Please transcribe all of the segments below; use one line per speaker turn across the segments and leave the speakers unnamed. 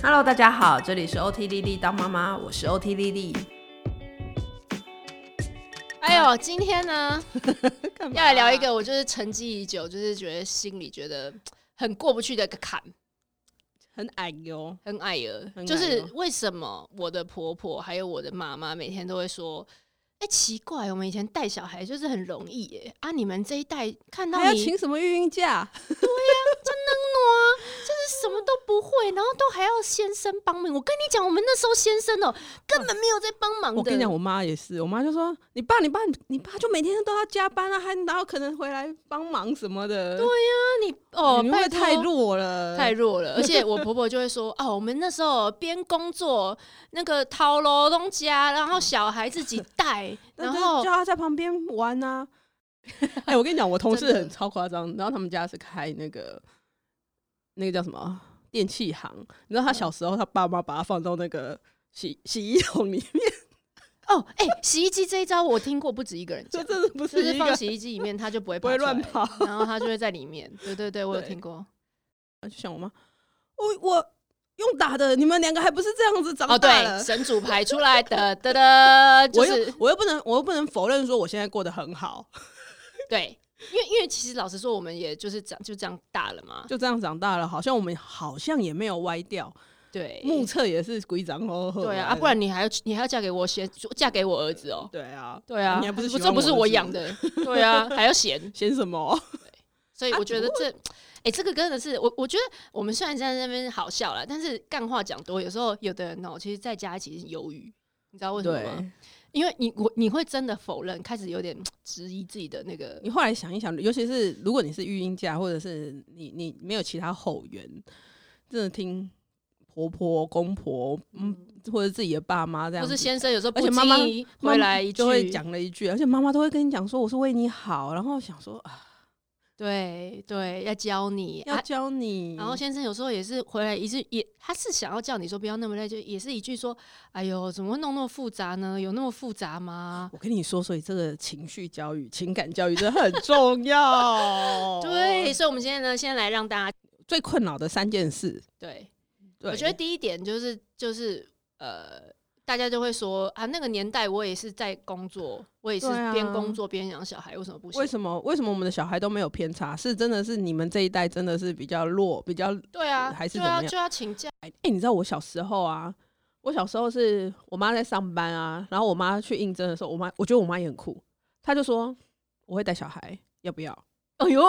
Hello，大家好，这里是 OT 丽丽当妈妈，我是 OT 丽丽。
哎呦，今天呢
干嘛啊
要来聊一个我就是沉寂已久，就是觉得心里觉得很过不去的一个坎，
很矮哟，
很矮额
很。
就是
矮哦
为什么我的婆婆还有我的妈妈每天都会说。哎、奇怪，我们以前带小孩就是很容易耶、啊！你们这一代看到
还要
你
请什么育婴假？
就是什么都不会，然后都还要先生帮忙。我跟你讲，我们那时候先生哦、根本没有在帮忙的。
我跟你讲，我妈也是，我妈就说你爸，你爸，你爸就每天都要加班啊，还哪有可能回来帮忙什么的？对
那你哦，
你会不会
拜托
太弱了，
太弱了，呃而且我婆婆就会说：“啊，我们那时候边工作，那个掏楼东家，然后小孩自己 带，
那
然
就
后
叫他在旁边玩 啊。哎、我跟你讲，我同事
真的
很超夸张，然后他们家是开那个那个叫什么电器行，你知道他小时候他爸妈把他放到那个洗洗衣桶里面，
哦，哎、洗衣机这一招我听过不止一个人
这
讲，
真的不
就是是
一
放
个
洗衣机里面，它就不 会
不会
跑出来
乱，跑。
然后它就会在里面。对对对，我有
对
听过。
就像我妈，我我用打的，你们两个还不是这样子长
哦，
大了？
对，神主牌出来的，噔噔，就
我又
是
我又不能，我又不能否认说我现在过得很好，
对。因为因为其实老实说，我们也就是长就这样大了嘛，
就这样长大了，好像我们好像也没有歪掉，
对，
目测也是鬼长哦。
对啊，啊，不然你还要你还要嫁给我先嫁给我儿子哦，
对啊，
对啊，
你还不是喜欢
这不
我
是
儿
我
子
养的， 对啊，还要 嫌，
嫌什么？
所以
啊
我觉得这，哎、这个真的是我，我觉得我们虽然在那边好笑啦，但是干话讲多，有时候有的人哦、其实在家其实是犹豫，你知道为什么吗？因为你我你会真的否认，开始有点质疑自己的那个
你后来想一想，尤其是如果你是育婴假，或者是你你没有其他后援，真的听婆婆、公婆，嗯，或者自己的爸妈这样
或
子，
是先生有时候不
而且妈妈
经意回来一句，
就会讲了一句，而且妈妈都会跟你讲说我是为你好，然后想说啊
对对，要教你
要
啊。
教你，
然后先生有时候也是回来一句，也他是想要叫你说不要那么累，就也是一句说，哎呦，怎么会弄那么复杂呢？有那么复杂吗？。
我跟你说，所以这个情绪教育、情感教育真的很重要 哦
对，，所以我们今天呢，先来让大家
最困扰的三件事，
对，
对
我觉得第一点就是就是呃，大家就会说啊，那个年代我也是在工作，我也是
对啊
边工作边养小孩，为什么不行
为？什么为什么我们的小孩都没有偏差？是真的是你们这一代真的是比较弱，比较
对啊，
还是
就
怎么
要
样
就要请假，
哎、你知道我小时候啊，我小时候是我妈在上班啊，然后我妈去应征的时候，我妈我觉得我妈也很酷，她就说我会带小孩，要不要？
哎呦，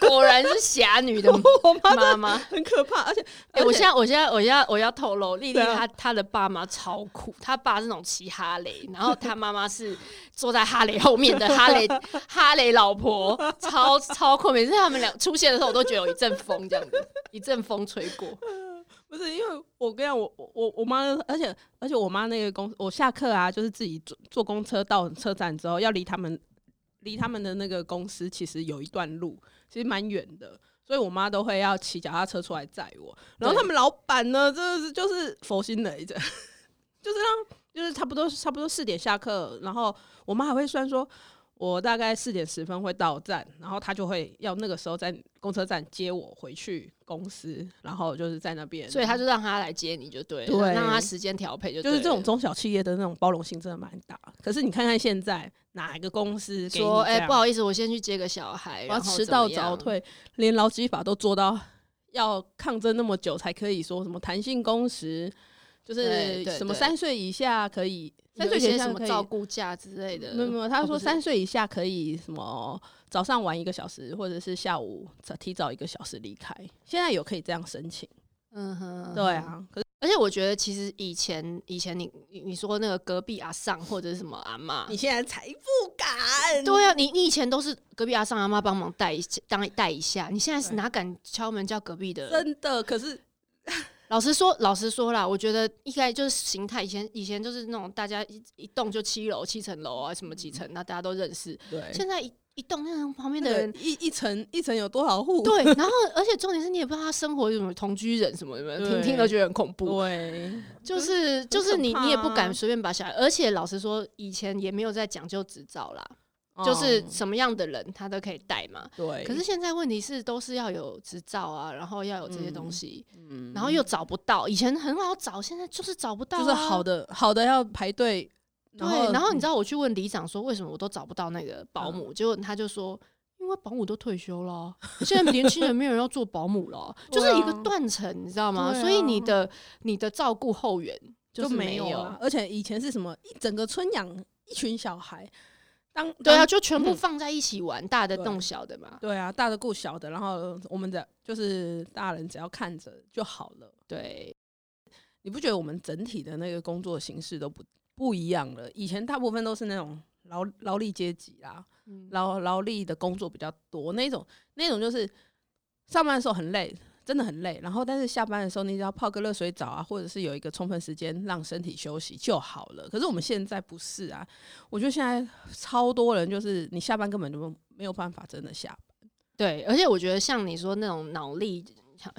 果然是侠女的
我妈
妈妈。
很可怕，而且
哎、我现在我现在我要我要透露，丽丽
对啊
她她的爸妈超酷，她爸是那种骑哈雷，然后她妈妈是坐在哈雷后面的哈 雷哈雷老婆，超超酷。每次他们俩出现的时候，我都觉得有一阵风这样子，一阵风吹过。
不是因为我跟你讲，我我我我妈，而且而且我妈那个公，我下课啊，就是自己坐坐公车到车站之后，要离他们离他们的那个公司其实有一段路，其实蛮远的，所以我妈都会要骑脚踏车出来载我。然后
对
他们老板呢，真的是就是佛心雷着， 就是让就是差不多差不多四点下课，然后我妈还会算说。我大概四点十分会到站，然后她就会要那个时候在公车站接我回去公司，然后就是在那边，
所以她就让她来接你就对了，
对
让她时间调配就
就
对
是
了
这种中小企业的那种包容性真的蛮大。可是你看看现在哪一个公司给你
说
这
哎、
样
不好意思，我先去接个小孩，
我要
然后
迟
怎么
到
样
早。退，连劳基法都做到要抗争那么久才可以说什么弹性工时，就
对
是
对
什么
对
三岁以下可以，三
有
岁
一
以前
些什
下
么
可以
照顾假之类的，
没有没有，
哦
他
不
说
是
三岁以下可以什么早上玩一个小时，或者是下午早提早一个小时离开。现在有可以这样申请，
嗯哼，
对啊，可是
而且我觉得，其实以前以前你你你说那个隔壁阿上或者是什么阿妈，
你现在才不敢，
对啊，你你以前都是隔壁阿上阿妈帮忙带一下当带一下，你现在是哪敢敲门叫隔壁的？
真的，可是
老实说，老实说啦，我觉得应该就是形态，以前以前就是那种大家一一栋就七楼、七层楼啊，什么几层，那大家都认识。
对
现在一一栋那种旁边
那
的
个
人。
一一层一层有多少户？
对，然后而且重点是你也不知道他生活有什么同居人什么的，听
对
听都觉得很恐怖。
对，
就是就
很
是
可
你
怕
你也不
啊
敢随便把小孩，而且老实说，以前也没有在讲究执照啦，就是什么样的人他都可以带嘛。
哦对，
可是现在问题是都是要有执照啊，然后要有这些东西，
嗯
然后又找不到。以前很好找，现在就是找不到、
就是好
的。
的好的要排队，
对，然后你知道我去问里长说为什么我都找不到那个保
嗯
姆，结果他就说。因为保姆都退休了啊，现在年轻人没有人要做保姆 了啊，
对
就是
啊
一个断层，你知道吗？
对啊
所以你的你的照顾后援
就是没
没
有啊
有
了，，而且以前是什么一整个村养一群小孩，当
对啊，
当
就全部
嗯
放在一起玩，大的
对
弄小的嘛，
对啊，大的顾小的，然后我们的就是大人只要看着就好了。
对，
你不觉得我们整体的那个工作形式都不不一样了？以前大部分都是那种劳劳力阶级啦，
嗯
劳劳力的工作比较多，那种那种就是上班的时候很累，真的很累，然后但是下班的时候你只要泡个热水澡啊，或者是有一个充分时间让身体休息就好了。可是我们现在不是啊，我觉得现在超多人就是你下班根本就没有办法真的下
对，而且我觉得像你说那种脑力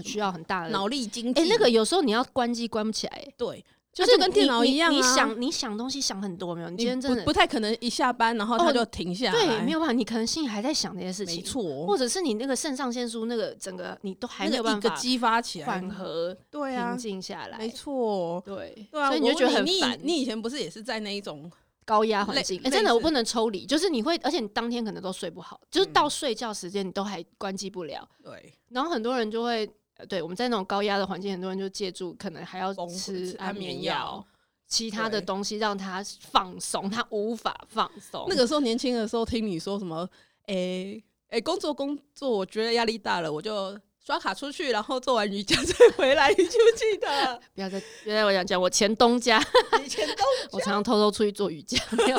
需要很大
班，
的
脑力经济，
哎、那个有时候你要关机关不起来、欸
对，
就
那
是
啊就跟
你
电脑
你
一样
你
啊
想你想东西想很多没有？你今天
你
真的
不不太可能一下班然后
哦
他就停下来，
对，没有办法，你可能心里还在想那些事
没
情，
错，
或者是你那个肾上腺素那个整个你都还
那
没有
个
办
一个
法
激发起来，
缓和、
对啊
平，静下来，
没错，
对，
对啊，
所以你就
我
觉得
问
很
你
烦。
你以前不是也是在那一种
高压环
类
境，
类
哎、真的
似
我不能抽离，就是你会，而且你当天可能都睡不好，就是到
嗯
睡觉时间你都还关机不了，
对
然后很多人就会。呃对，我们在那种高压的环境，很多人就借助可能还要
崩
吃
吃
安
安眠
眠
药
药，其他的
对
东西让他放松，他无法放松。
那个时候年轻的时候听你说什么，诶、诶、工作工作，我觉得压力大了，我就刷卡出去，然后做完瑜伽再回来，你记不记得？
不要再不要再我讲讲我前东家，
以前都
我常常偷偷出去做瑜伽，没有。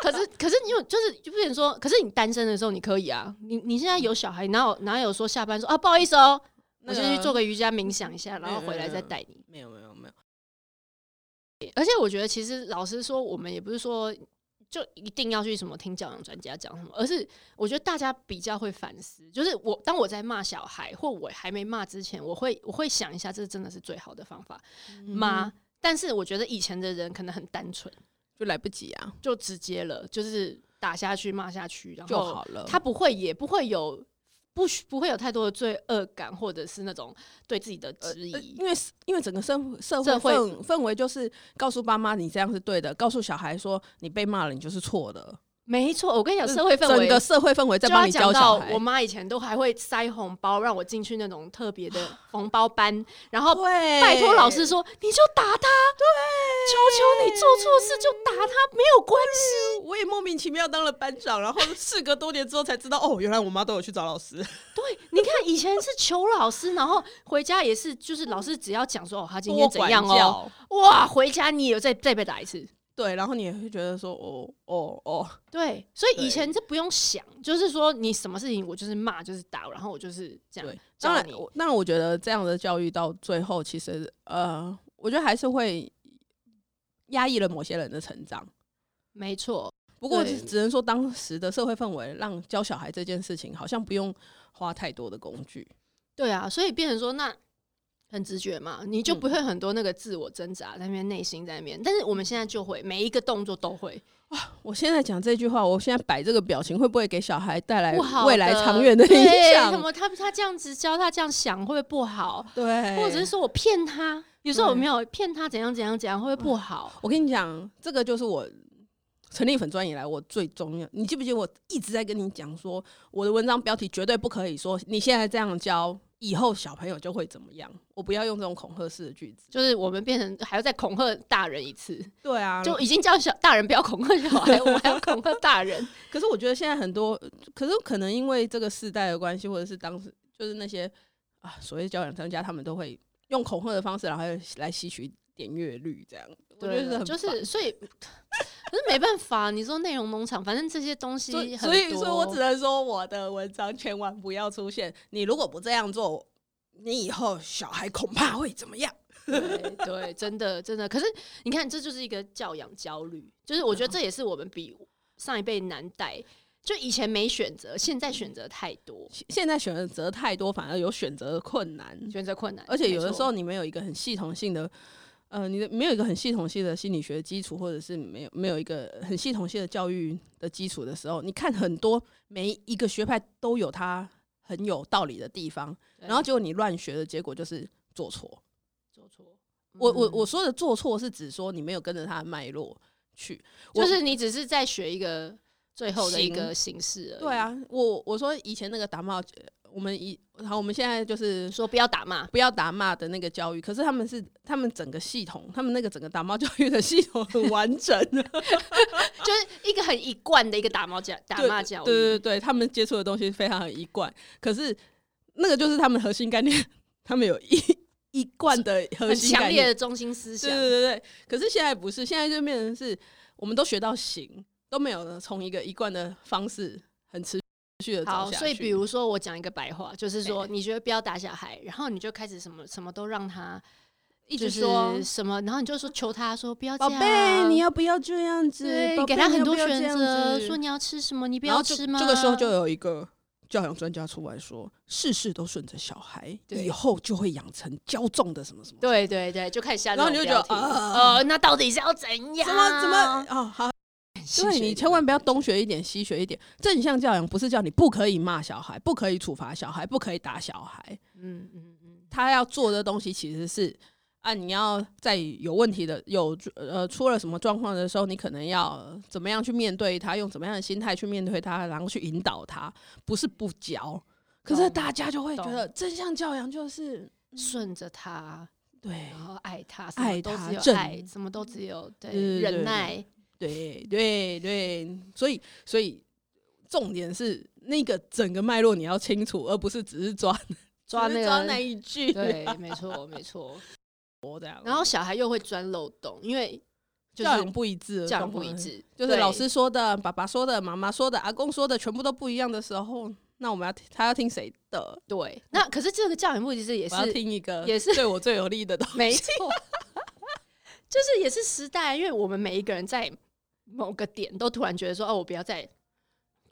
可是可是你有就是就变成说，可是你单身的时候你可以啊，你你现在有小孩，哪有哪有说下班说啊不好意思哦、
那
我先去做
个
个瑜伽冥想一下，然后回来再带你。
没有没有没有，
嗯而且我觉得，其实老实说，我们也不是说就一定要去什么听教养专家讲什么，而是我觉得大家比较会反思。就是我当我在骂小孩或我还没骂之前，我会我会想一下，这真的是最好的方法吗？但是我觉得以前的人可能很单纯，
就来不及啊，
就直接了，就是打下去骂下去，然
就
后
好了。
他不会，也不会有不需不会有太多的罪恶感，或者是那种对自己的
呃
质疑。
呃因为因为整个社会社会
社会
氛氛围就是告诉爸妈你这样是对的，告诉小孩说你被骂了你就是错的，
没错，我跟你讲，
就是
呃社会氛围
整个社会氛围在
就要
帮你
讲
教
到
小孩
我。妈以前都还会塞红包让我进去那种特别的红包 班，然后
对，
拜托老师说你就打他，对，求求你做错事就打他，没有关系。
我也莫名其妙当了班长，然后事隔多年之后才知道，哦，原来我妈都有去找老师。
对，你看以前是求老师，然后回家也是，就是老师只要讲说哦他 今天怎样
多管
哦，
教？
哇，回家你也再再被打一次。
对，然后你也会觉得说，哦哦哦，
对，所以以
对
前这不用想，就是说你什么事情我就是骂就是打，然后我就是这样
对。当
教
然
你。，
我当然，哦我觉得这样的教育到最后，其实呃，我觉得还是会压抑了某些人的成长。
没错，
不过
对
只只能说，当时的社会氛围让教小孩这件事情好像不用花太多的工具。
对啊，所以变成说那很直觉嘛，你就不
嗯
会很多那个自我挣扎在那边，内心在那边。但是我们现在就会每一个动作都会，
我现在讲这句话，我现在摆这个表情，会不会给小孩带来
不好
哎未来长远的影
对什
响？
么他他这样子教他这样想会不会不好？
对，
或者是说我骗他，有时候我
哎对嗯
没有骗他怎样怎样怎样会不会不好？
我跟你讲，这个就是我成立粉专以来我最重要。你记不记得我一直在跟你讲说，我的文章标题绝对不可以说你现在这样教，以后小朋友就会怎么样。我不要用这种恐吓式的句子。
就是我们变成还要再恐吓大人一次，
对啊就
就已经叫小大人不要恐吓小孩，我们还要恐吓大人。
可是我觉得现在很多，可是可能因为这个世代的关系，或者是当时就是那些啊所谓教养专家，他们都会用恐吓的方式，然后来吸取点阅率，这样 我觉
对
得是很
就是所以，可是没办法，你说内容农场，反正这些东西
所以，
很多，
所以，所以我只能说，我的文章千万不要出现。你如果不这样做，你以后小孩恐怕会怎么样？
对对，真的真的。可是你看，这就是一个教养焦虑，就是我觉
嗯
得这也是我们比上一辈难带。就以前没选择，现在选择太多，
现现在选择太多，反而有选择困难，
选择困难，
而且有
没
的
错
时候你没有一个很系统性的呃，你的没有一个很系统性的心理学基础，或者是没有没有一个很系统性的教育的基础的时候，你看很多每一个学派都有它很有道理的地方，
对
然后结果你乱学的结果就是做错。
做错。
我我我
嗯
说的做错是指说你没有跟着它的脉络去，我
就是你只是在学一个最后的一
行
个形式而已。
对，啊，我我说以前那个打骂，呃我们以好，我们现在就是
说不要打骂，
不要打骂的那个教育，可是他们是他们整个系统，他们那个整个打骂教育的系统很完整的，
就是一个很一贯的一个打骂教打骂教育。
对对对，他们接触的东西非常一贯，可是那个就是他们核心概念，他们有一一贯的核
很
心概
强烈
念，
的中心思
对
想。
对对对。可是现在不是，现在就变成是我们都学到行，都没有从一个一贯的方式很持续的
好，
走下去。
所以比如说我讲一个白话，就是说
对
你觉得不要打小孩，然后你就开始什么什么都让他，
一
就
直说
是什么，然后你就说求他说不要这
宝
样，
贝，你要不要这样子？
对，
宝
给
贝
他
你
很
要
多
不要
选
这样
择，
子
说你要吃什么，你不
然
要
后这
吃吗？
这个时候就有一个教养专家出来说，事事都顺着小孩，
对
以后就会养成骄纵的什么什么。
对对对，就开始下这
然后
种
你就觉得
标题
啊
呃，那到底是要怎样？
怎么怎么？哦，好，对你千万不要东学一点西学一点。正向教养不是叫你不可以骂小孩，不可以处罚小孩，不可以打小孩。
嗯嗯嗯，
他要做的东西其实是啊，你要在有问题的有呃出了什么状况的时候，你可能要怎么样去面对他，用怎么样的心态去面对他，然后去引导他，不是不教。可是
懂
大家就会觉
懂
得正向教养就是
顺着他，
对
然后爱他，什
爱
么都
他
只有
正
爱，什么都只有
对对对对
对忍耐。
对对对，所以所以重点是那个整个脉络你要清楚，而不是只是抓
抓
只
那
是
个
抓 那一句
对，没错，没错。
这样。
然后小孩又会钻漏洞，因为就是
教养不一致，
教养不一。致，
就是老
对
师说的、爸爸说的、妈妈说的、阿公说的，全部都不一样的时候，那我们要听他要听谁的？
对。那可是这个教养不一致也
我要
是
听一个
也是
对我最有利的东西。
没错，就是也是时代，因为我们每一个人在某个点都突然觉得说，哦，我不要再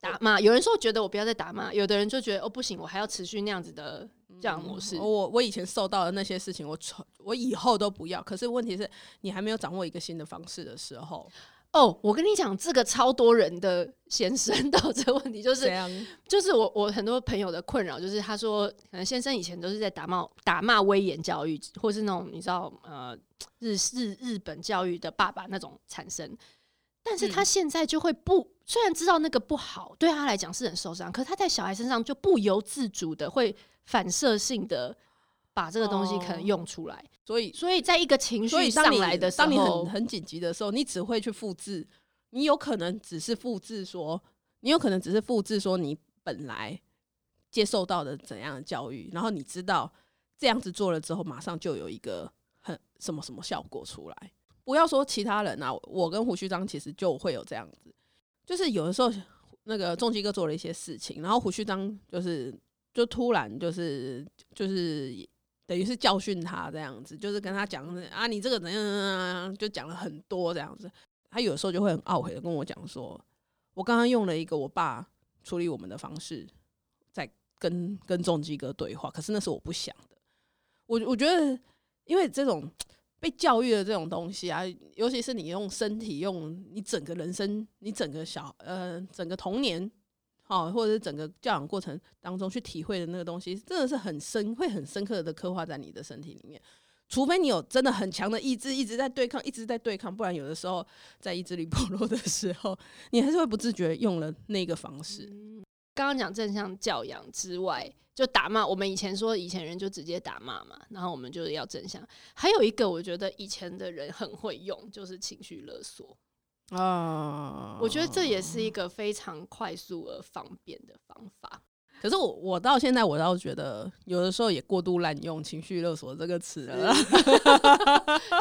打骂。有人说觉得我不要再打骂，有的人就觉得哦不行，我还要持续那样子的教养模式。
我我以前受到的那些事情，我从我以后都不要。可是问题是你还没有掌握一个新的方式的时候，
哦，我跟你讲，这个超多人的 先生到这个问题，就
这
是
样
就是我我很多朋友的困扰，就是他说，可能先生以前都是在打骂打骂威严教育，或是那种你知道呃日日日本教育的爸爸那种产生，但是他
嗯
现在就会不，虽然知道那个不好，对他来讲是很受伤，可是他在小孩身上就不由自主的会反射性的把这个东西可能
哦
用出来，
所以
所以在一个情
所
绪
以
上
当你
来的时
当你
候
很，很紧急的时候，你只会去复制，你有可能只是复制说，你有可能只是复制说你本来接受到的怎样的教育，然后你知道这样子做了之后，马上就有一个很什么什么效果出来。不要说其他人啊，我跟胡须章其实就会有这样子，就是有的时候那个重基哥做了一些事情，然后胡须章就是就突然就是就是等于是教训他这样子，就是跟他讲啊，你这个怎样怎样怎样，就讲了很多这样子。他有时候就会很懊悔的跟我讲说，我刚刚用了一个我爸处理我们的方式，在跟跟重基哥对话，可是那是我不想的。我我觉得，因为这种被教育的这种东西啊，尤其是你用身体、用你整个人生、你整个小呃整个童年，好、或者是整个教养过程当中去体会的那个东西，真的是很深，会很深刻的刻画在你的身体里面。除非你有真的很强的意志，一直在对抗，一直在对抗，不然有的时候在意志力薄弱的时候，你还是会不自觉用了那个方式。
嗯刚刚讲正向教养之外，就打骂。我们以前说以前人就直接打骂嘛，然后我们就是要正向。还有一个，我觉得以前的人很会用，就是情绪勒索。
啊
我觉得这也是一个非常快速而方便的方 法。
可是我我到现在我倒觉得，有的时候也过度滥用“情绪勒索”这个词了。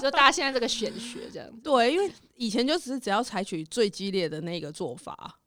就大家现在这个玄学，这样
对，因为以前就只是只要采取最激烈的那个做法，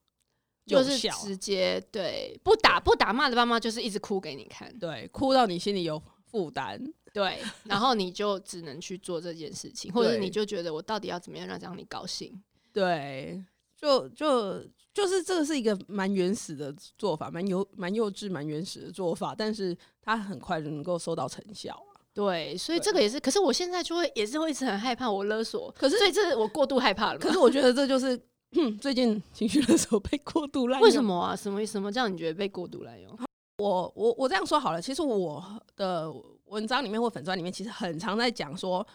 就
有
是
效，
直接对不打不打骂的爸妈，就是一直哭给你看。
对，哭到你心里有负担。
对，然后你就只能去做这件事情，或者
对
你就觉得我到底要怎么样让让你高兴？
对，就就就是这个是一个蛮原始的做法，蛮幼蛮幼稚、蛮原始的做法，但是它很快就能够收到成效。
对，所以
对
这个也是，可是我现在就会也是会一直很害怕我勒索，
可是
所以这是我过度害怕了
可
嘛。
是 我觉得这就是、嗯、最近情绪勒索被过度滥用。
为什？么啊？什么什么叫你觉得被过度滥用？
我我我这样说好了，其实我的文章里面或粉砖里面，其实很常在讲说，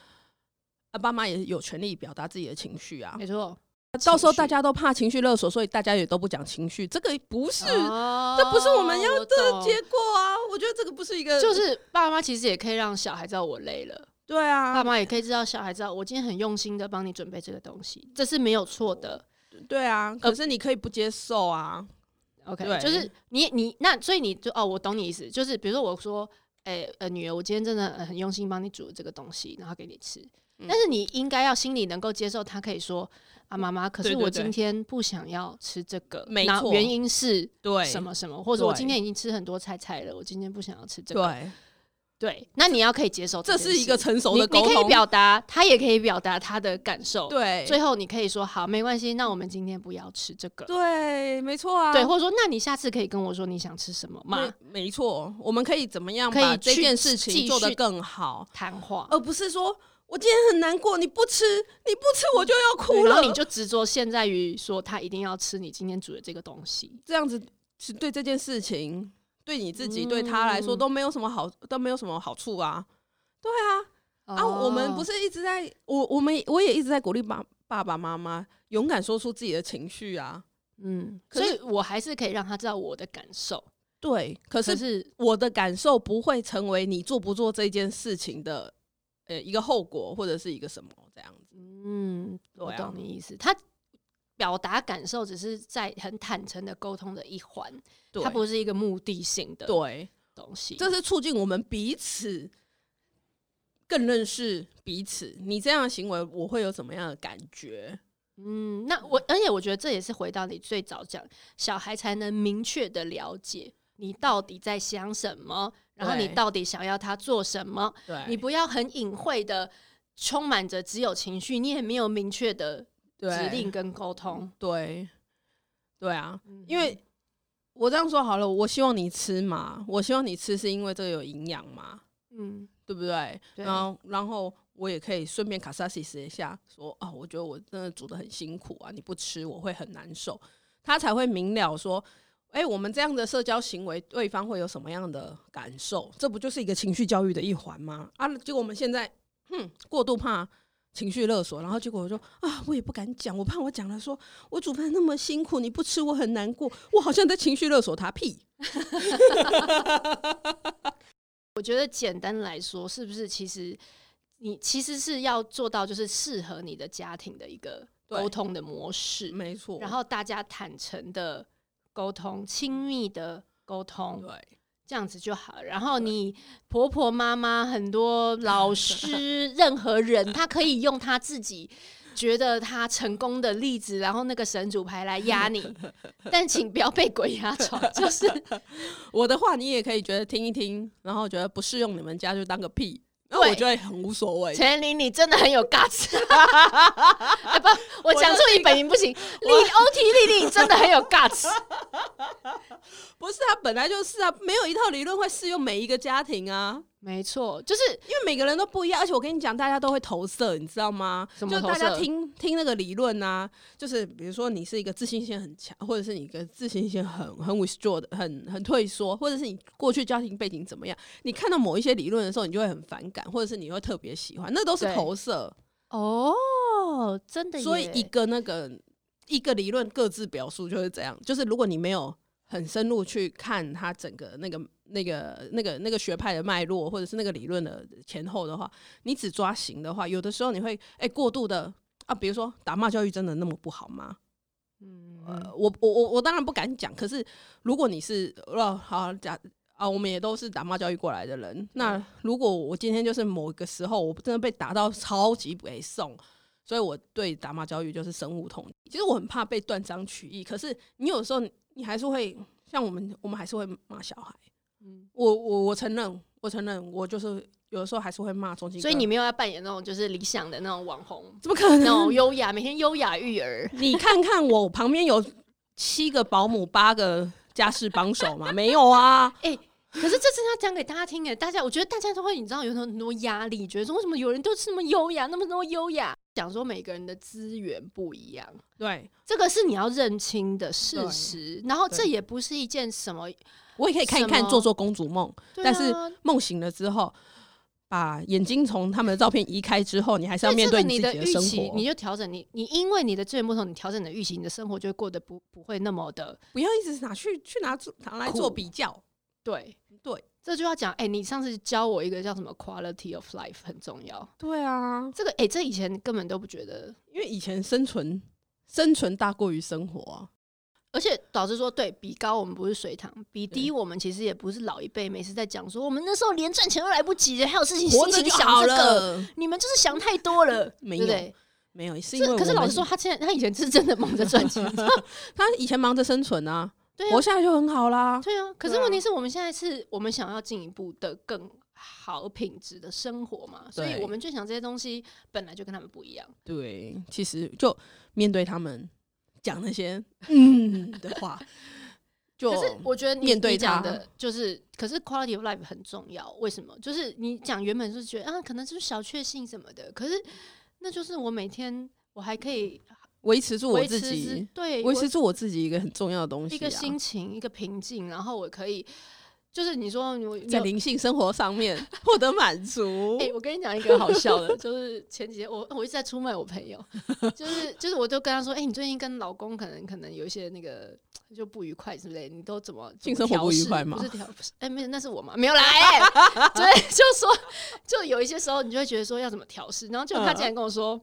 啊，爸妈也有权利表达自己的情绪啊。
没错，
到时候
情绪
大家都怕情绪勒索，所以大家也都不讲情绪，这个不是、
哦
这不是我们要的
我懂
结果啊！我觉得这个不是一个，
就是爸妈其实也可以让小孩知道我累了，
对啊
爸，妈也可以知道小孩知道我今天很用心的帮你准备这个东西，这是没有错的。
对啊。可是你可以不接受啊，
OK，
对
就是你你那所以你就哦，我懂你意思，就是比如说我说，哎、呃女儿，我今天真的呃很用心帮你煮这个东西，然后给你吃，
嗯
但是你应该要心里能够接受，她可以说啊妈妈，可
对
是
对
我
对
今天不想要吃这个，
没
那
错
原因是
对，
什？么什么，或者我
对
今天已经吃很多菜菜了，我今天不想要吃这个，
对，
对，那你要可以接受
这
件事，
是一个成熟
你
的沟
你
通，
可以表达，她也可以表达她的感受，，
对，
最后你可以说好，没关系，那我们今天不要吃这个，
对，没错啊，
对，或者说，那你下次可以跟我说你想吃什么吗？
没没错，我们可以怎么样
可
把
以
这
去
件事
继
情做得
续
更好，
谈话，
而不是说我今天很难过，你不吃，你不吃我就要
对
哭
然
了，
后你就执着现在于说他一定要吃你今天煮的这个东西，
这样子，是对这件事情，对你自己，对他来说
嗯
都没有什么好，都没有什么好处啊。对啊，啊，
哦
我们不是一直在，我我们我也一直在鼓励爸爸爸妈妈勇敢说出自己的情绪啊。
嗯，
可
所
是
以我还是可以让他知道我的感受，
对，可
可
是
是
我的感受不会成为你做不做这件事情的，呃，一个后果或者是一个什么这样子。
嗯，我
对啊
懂你意思，他。表达感受只是在很坦诚的沟通的一环，
对，
它不是一个目的性的
对，
东西。
这是促进我们彼此更认识彼此。你这样的行为，我会有什么样的感觉？
嗯，那我而且我觉得这也是回到你最早讲，小孩才能明确的了解你到底在想什么，然后你
对
到底想要他做什么，
对，
你不要很隐晦的。充满着只有情绪，你也没有明确的指
对
令跟沟通，
对，对啊，
嗯
因为我这样说好了，我希望你吃嘛，我希望你吃是因为这个有营养嘛，
嗯，
对不对？
对
然后，然后我也可以顺便卡萨西斯一下，说啊，我觉得我真的煮的很辛苦啊，你不吃我会很难受，他才会明了说。哎、我们这样的社交行为，对方会有什么样的感受？这不就是一个情绪教育的一环吗？啊，结果我们现在，哼，过度怕情绪勒索，然后结果我就啊，我也不敢讲，我怕我讲了说，我煮饭那么辛苦，你不吃我很难过，我好像在情绪勒索他，屁！
我觉得简单来说，是不是其实你其实是要做到就是适合你的家庭的一个
对嗯
沟通的模式，
没错，
然后大家坦诚的沟通，亲密的沟通，
对
这样子就好。然后你婆婆妈妈、很多老 师、任何人，他可以用他自己觉得他成功的例子，然后那个神主牌来压 你，但请不要被鬼压床。 就是
我的话，你也可以觉得听一听，然后觉得不适用你们家就当个屁，那
对
我觉得也很无所谓。
陈琳，你真的很有 guts。哎不，我讲出你本名不行。丽欧提丽丽真的很有 guts。
不是啊，本来就是啊，没有一套理论会适用每一个家庭啊，
没错，就是
因为每个人都不一样。而且我跟你讲，大家都会投射，你知道吗？
什么
就
投
大家
射
听听那个理论啊，就是比如说你是一个自信心很强，或者是你一个自信心很很 withdraw 的，很很退缩，或者是你过去家庭背景怎么样，你看到某一些理论的时候，你就会很反感，或者是你会特别喜欢，那都是
对
投射。
哦，真的耶。
所以一个那个一个理论各自表述就是这样，就是如果你没有很深入去看它整个那个那个那个那个学派的脉络，或者是那个理论的前后的话，你只抓形的话，有的时候你会哎、过度的啊，比如说打骂教育真的那么不好吗？
嗯
呃，我我我我当然不敢讲，可是如果你是呃好假啊，我们也都是打骂教育过来的人，那如果我今天就是某个时候我真的被打到超级北送，所以我对打骂教育就是深恶痛绝。其实我很怕被断章取义，可是你有时候你你还是会像我们，我们还是会骂小孩。
嗯
我我我承认，我承认，我就是有的时候还是会骂中间。
所以你没有要扮演那种就是理想的那种网红，
怎么可
那
能？
种优雅每天优雅育儿。
你看看我旁边有七个保姆，八个家事帮手嘛？没有啊，
哎、可是这次要讲给大家听诶，大家我觉得大家都会，你知道有很多压力，觉得说为什么有人都这么优雅，那么多优雅？讲说每个人的资源不一样，
对
这个是你要认清的事实。然后这
对
也不是一件什么，
我也可以看一
什
看，
么
做做公主梦。
对
但是
啊
梦醒了之后，把眼睛从他们的照片移开之后，你还是要面
这个
你
你
自己
预
生
期，你
活。
就调整你，你因为你的资源不同，你调整你的预期，你的生活就会过得不不会那么的
不要一直拿去去拿做拿来做
苦
比较。
对
嗯对。
这就要讲，哎、你上次教我一个叫什么 quality of life 很重要。
对啊，
这个，哎、这以前根本都不觉得，
因为以前生存生存大过于生活啊。
而且导致说，对比高我们不是水塘，比低
对
我们其实也不是老一辈每次在讲说，我们那时候连赚钱都来不及，还有事情
活
心
着
情
就
想
好
这个，
了，
你们就是想太多了，
没
对不
有
对？
没有，是因为
这可是
我们
老实说，，他现在他以前是真的忙着 赚钱，
他以前忙着生存啊，
对啊
活，下来就很好啦。
对啊。可是
对啊
问题是我们现在是我们想要进一步的更好品质的生活嘛，所以
对
我们就想这些东西本来就跟他们不一样。
对，其实就面对他们讲那些嗯的话，就
可是我觉得你
面对
你讲
它
的，就是可是 quality of life 很重要。为什么？就是你讲原本就是觉得啊，可能就是小确幸什么的，可是那就是我每天我还可以
维持住我
维
自
持之
己，
对
维持住我自己一个很重要的东
我
西、啊，
一个心情一个平静，然后我可以就是你说我你
在
有
灵性生活上面获得满足
哎、。我跟你讲一个好笑的，就是前几天我我一直在出卖我朋友， 就是就是我都跟他说，哎、你最近跟老公可能可能有一些那个就不愉快之类，你都怎么
性
怎
生
么
活不
调
愉
试
快吗
不是调，不是哎、没有，那是我嘛，没有啦，哎、对， 就说就有一些时候你就会觉得说要怎么调试，然后就他竟然跟我说，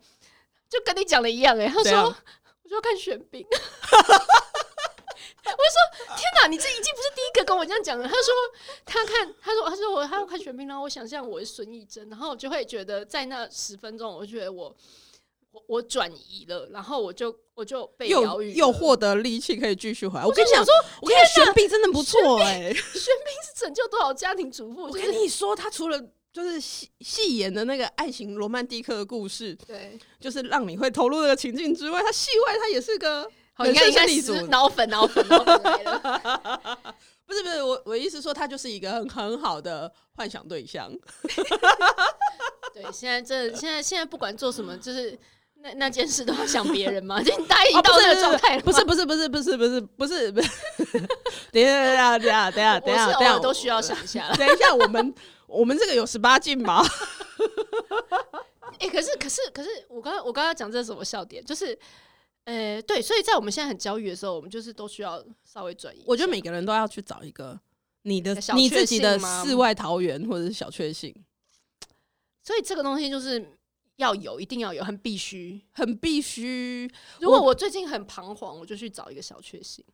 就跟你讲的一样、哎，他
嗯怎
说
样
我就要看玄彬。 我说天哪，你这已经不是第一个跟我这样讲了。他说他看，他说他说我他要看玄彬，然后我想象我是孙艺珍，然后我就会觉得在那十分钟，我就觉得我我我转移了，然后我就我就被疗
又
愈了，
又获得力气可以继续回来。我
我就
跟你讲
想，说，
我跟你讲，玄彬真的不错哎、
是拯救多少家庭主妇？
我
就是
跟你说，他除了就是戏戏演的那个爱情罗曼蒂克的故事，
对，
就是让你会投入那个情境之外，他戏外他也是个
好，你看
人
你
生胜
看
利
是
组
脑粉脑粉脑粉来了。
不是不是我我意思说，他就是一个很很好的幻想对象。
对，现在这现在现在不管做什么，就是那那件事都要想别人嘛，就你大家已经
啊不
到
是
那个状态了嘛、
不是不是不是不是不是不是不是， 等一下等一下等一下等一
我
下等一下
是偶
等一
尔
下，
都需要想一下 啦。
等一下，我们我们这个有十八禁吗？
哎、可是可是可是，我刚刚我刚刚讲这是什么笑点？就是，呃，对，所以在我们现在很焦虑的时候，我们就是都需要稍微转移。
我觉得每个人都要去找一个你的
小
你
确
自己的
幸吗
世外桃源或者是小确幸，
所以这个东西就是要有，一定要有，很必须。
很必须
如果我最近很彷徨，我就去找一个小确幸。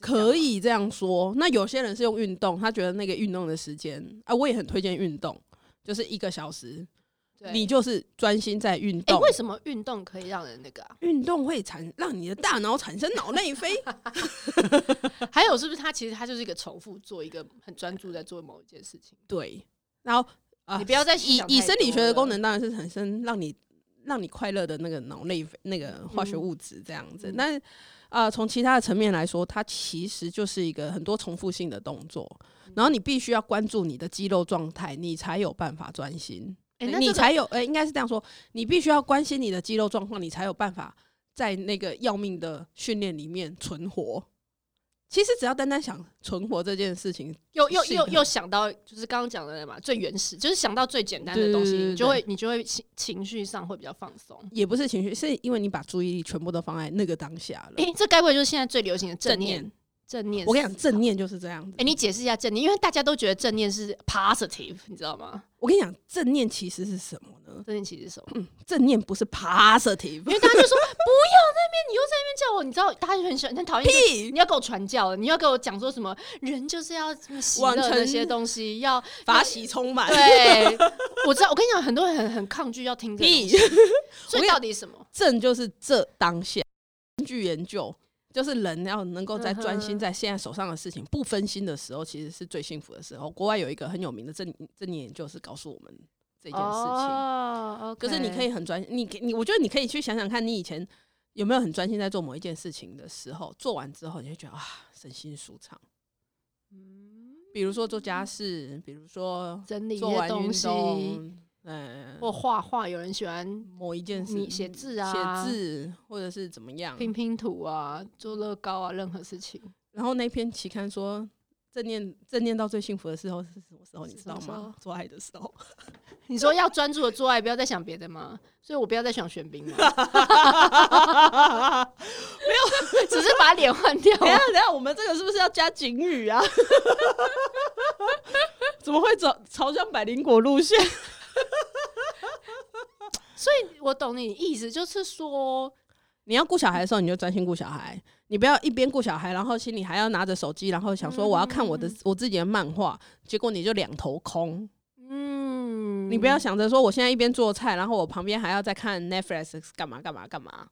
可以这样说。那有些人是用运动，他觉得那个运动的时间啊，我也很推荐运动，就是一个小时，
对，
你就是专心在运
哎、
动。
为什么运动可以让人那个啊？
运动会产让你的大脑产生脑内啡，
还有是不是他其实他就是一个重复做一个很专注在做某一件事情？
对，然后啊，
你不要再
以
想
以
太
生理
多
学的
了
功能当然是产生让你让你快乐的那个脑内啡那个化学
嗯
物质这样子。
嗯
但啊，呃从、其他的层面来说，它其实就是一个很多重复性的动作，
嗯
然后你必须要关注你的肌肉状态，你才有办法专心，
哎、
对
那
你
这个
才有呃、应该是这样说，你必须要关心你的肌肉状况，你才有办法在那个要命的训练里面存活。其实只要单单想存活这件事情，
又又
是
又
的
又想到，就是刚刚讲的那嘛，最原始，就是想到最简单的
对
东西，
对对
你就会你就会情情绪上会比较放松。
也不是情绪，是因为你把注意力全部都放在那个当下了。
哎、这该不会就是现在最流行的正念
念？，
正念，
我跟你讲，正。念就是这样子。
哎、哦你解释一下正念，因为大家都觉得正念是 positive，你知道吗？
我跟你讲，正念其实是什么呢？
正念其实是什么？
正念不是 positive，
因为大家就说不要在那边，你又在那边叫我，你知道大家就很喜欢很讨厌就是
屁，
你要给我传教了，你要给我讲说什么人就是要什么喜乐
往成啊
那些东西，要
法喜充满。
对，我知道。我跟你讲，很多人很很抗拒要听这个
屁
东西，，
我
所
跟
以
你
到底什么？
正就是这当下。根据研究，就是人要能够在
嗯哼
专心在现在手上的事情，不分心的时候，其实是最幸福的时候。国外有一个很有名的正正念研究是告诉我们这
一
件事情。
哦，
可是你可以很专，你你，我觉得你可以去想想看，你以前有没有很专心在做
嗯
某一件事情的时候，做完之后你会觉得啊，身心舒畅。比如说做家事，比如说
整理一
做
些
完运
东西，
动，嗯，
或画画，有人喜欢
某一件事，
嗯你写字啊，
写字或者是怎么样。
拼拼图啊，做乐高啊，任何事情，
然后那篇期刊说，正念正念到最幸福的时候是什么时候？
是
你知道
什么时候
吗？做爱的时候。
你说要专注的做爱，不要再想别的吗？所以我不要再想 玄彬了， 只是把脸换掉。
等一下，等一下，我们这个是不是要加警语啊？ 怎么会走朝向百灵果路线？
我懂你意思，就是说，
你要顾小孩的时候，你就专心顾小孩，你不要一边顾小孩，然后心里还要拿着手机，然后想说我要看我的、
嗯
我自己的漫画，结果你就两头空。
嗯，
你不要想着说我现在一边做菜，然后我旁边还要再看 Netflix 干嘛干嘛干嘛，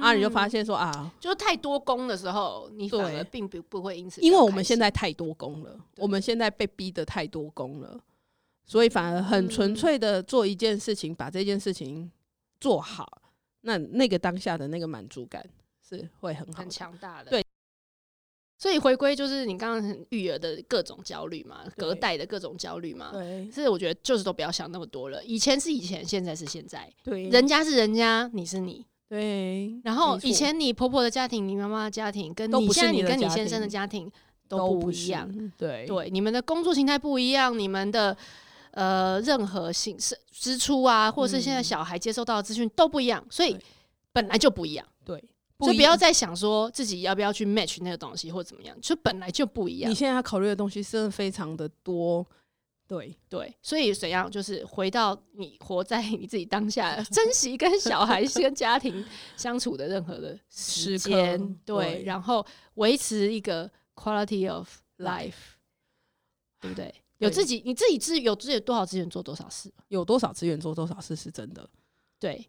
啊，你就发
现，
现说啊，
嗯就是太多功的时候，你反而
对
并不不会因此，
因为我们现在太多工了，我们现在被逼得太多工了，所以反而很
嗯
纯粹的做一件事情，把这件事情做好，那那个当下的那个满足感是会很好
很
的。
强大的，
对。
所以回归就是你刚刚很育儿的各种焦虑嘛，
对
隔代的各种焦虑嘛。
对
是我觉得就是都不要想那么多了，以前是以前，现在是现在，
对，
人家是人家，你是你。
对，
然后
没错
以前你婆婆的家庭、你妈妈的家庭，跟
都
你
不是
现在
你
你
的
跟你
家
先生的
庭
家庭
都
不
是
一样。，
对
对，你们的工作形态不一样，你们的呃任何形式支出啊，或者是现在
嗯
小孩接收到的资讯都不一样，所以
对
本来就不一样，
对，
所以
一
不要再想说自己要不要去 match 那个东西或怎么样，就本来就不一样
你。现在要考虑的东西真的非常的多，对，
对，所以怎样就是回到你活在你自己当下，珍惜跟小 孩跟家庭相处的任何的时
时刻
间，对，
对
然后维持一个 quality of life，对不对？有
对
自己，你自己自有自己多少资源做多少事，
有多少资源做多少事是真的。
对，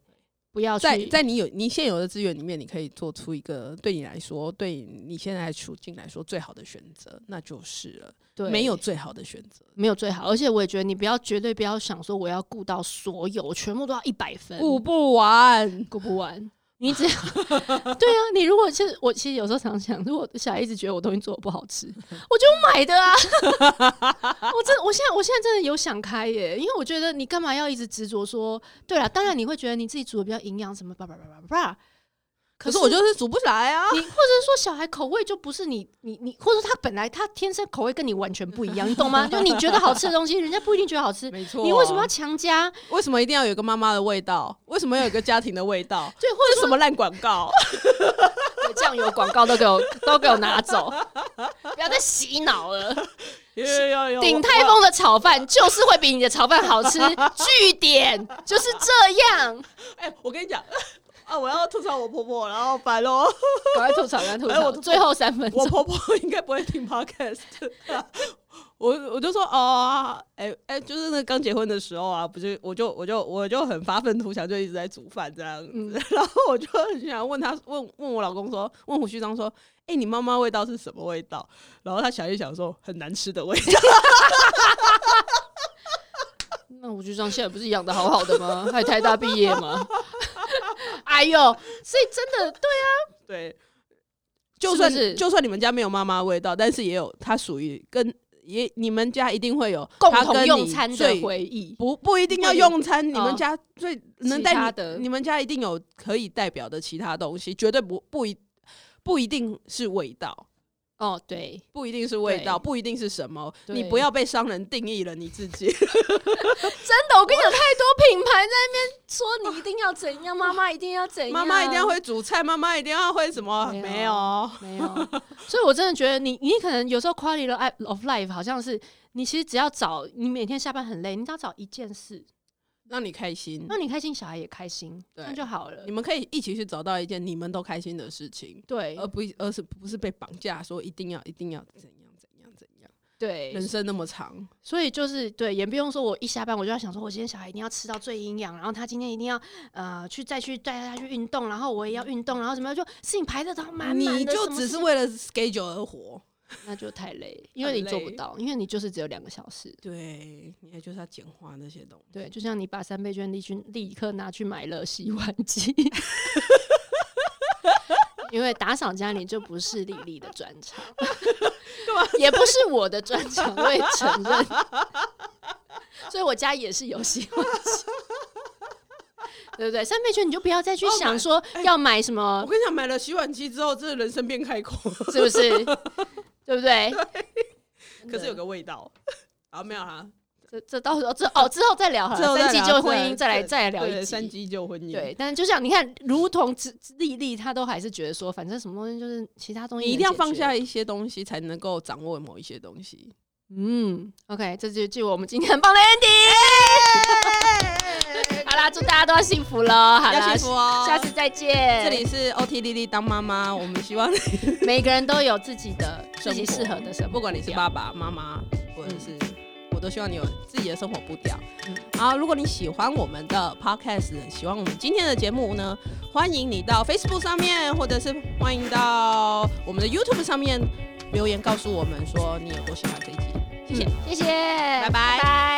不哦要去
在在你有你现有的资源里面，你可以做出一个对你来说，对你现在的处境来说最好的选择，那就是了。
对
没有最好的选择，
没有最好，而且我也觉得你不要绝对不要想说我要顾到所有，我全部都要一百分，
顾不完。
顾不完。你 只要对啊，你如果是我，其实有时候常想，如果小孩一直觉得我东西做的不好吃，我就买 的啊。我真，我现在我现在真的有想开耶，因为我觉得你干嘛要一直执着说，对了，当然你会觉得你自己煮的比较营养什么叭叭叭叭
啊
叭，
可是我就是煮不来啊！
你或者是说小孩口味就不是你你你，或者说他本来他天生口味跟你完全不一样，你懂吗？就你觉得好吃的东西，人家不一定觉得好吃。
没错
你为什么要强加？？
为什么一定要有一个妈妈的味道？为什么要有一个家庭的味道
对，或
这
者
是什么烂广 告？
说酱油广告都给我都给我拿走，不要再洗脑 了。
有有有有
鼎泰丰的炒饭就是会比你的炒饭好吃，据点就是这样。
哎、我跟你讲 啊，我要吐槽我婆婆，然后烦喽。
赶快吐槽，赶快吐
哎
槽，
我
最后三分
我
钟。
婆婆 应该不会听 podcast。我 我就说哦，哎、哎、就是那刚结婚的时候啊，不就我就我就我就很发愤图强，就一直在煮饭这样子。
嗯
然后我就很想问他，问问我老公说，问胡须章说，哎、你妈妈味道是什么味道？然后他想一想说，很难吃的味道。
那吴局长现在不是养的好好的吗？还台大毕业吗？ 哎呦，所以真的对，
对，就算
是不是
就算你们家没有妈妈味道，但是也有它属于跟也你们家一定会有
共
它跟
同
你
用餐的
最
回忆，
不不一定要
那你
用餐，你
哦
们家最能
其
代表
他的
你们家一定有可以代表的其他东西，绝对不不一不一定是味道，
哦，对，
不一定是味道，
对
不一定是什么，你
对
不要被商人定义了你自己。
真的，我跟你讲，太多品牌在那边说你一定要怎样，妈妈一定要怎 样，
妈妈一定要会煮菜，妈妈一定要会什么？
没有
没有，
没有，所以我真的觉得你，你可能有时候 quality of life- of life 好像是你其实只要找你每天下班很累，你只要找一件事，
让你开心。
让你开心，小孩也开心，这
嗯对
样就好了
你。们可以一起去找到一件你们都开心的事情，
对
而不而是不是被绑架说一定要一定要怎样怎样怎样。人
对，
生那么长，
所以就是对，也不用说我一下班我就要想说，我今天小孩一定要吃到最营养，然后他今天一定要呃去再去带他去运动，然后我也要运动，然后什么就事情排的都满满的，
嗯你就
什么
只
事
是
情
为了 schedule 而活。
那就太累，因为
很
你做不
累
到，因为你就是只有两个小时。
对，你也就是要简化那些东西。
对，就像你把三倍券立去立刻拿去买了洗碗机， 因为打扫家里就不是丽丽的专长，
干嘛？
也不是我的专长，我也承认。所以我家也是有洗碗机，对不对？三倍券你就不要再去
哦买
想说要买什么
我，跟你讲，买了洗碗机之后，这人生变开阔，
是不是？对不对？
可是有
个
个味道。啊，没有啦，
这这到时候这哦之后再聊好
之后
了，
再
三级
聊
就婚
再
姻再来
对
再来聊一
对
集
三级救婚姻，
对，但就像你看，如同之丽丽，她都还是觉得说，反正什么东西就是其他东西
你一定要
能解
放
决
下。一些东西，才能够掌握某一些东 西。
嗯，OK，这就就我们今天很棒的 ending。好啦，祝大家都要幸福喽！哎好
要
啦，
幸福哦！
下次再见。
这里是 OT 丽丽当妈妈，我们希望你
每个人都有自己的自己适合的生活，
不管你是爸爸妈妈，或者
嗯
是我都希望你有自己的生活步调
嗯。
好，如果你喜欢我们的 podcast，喜欢我们今天的节目呢，欢迎你到 Facebook 上面，或者是欢迎到我们的 YouTube 上面留言告诉我们说你有多喜欢这一集。谢谢。
嗯谢谢，
拜拜
拜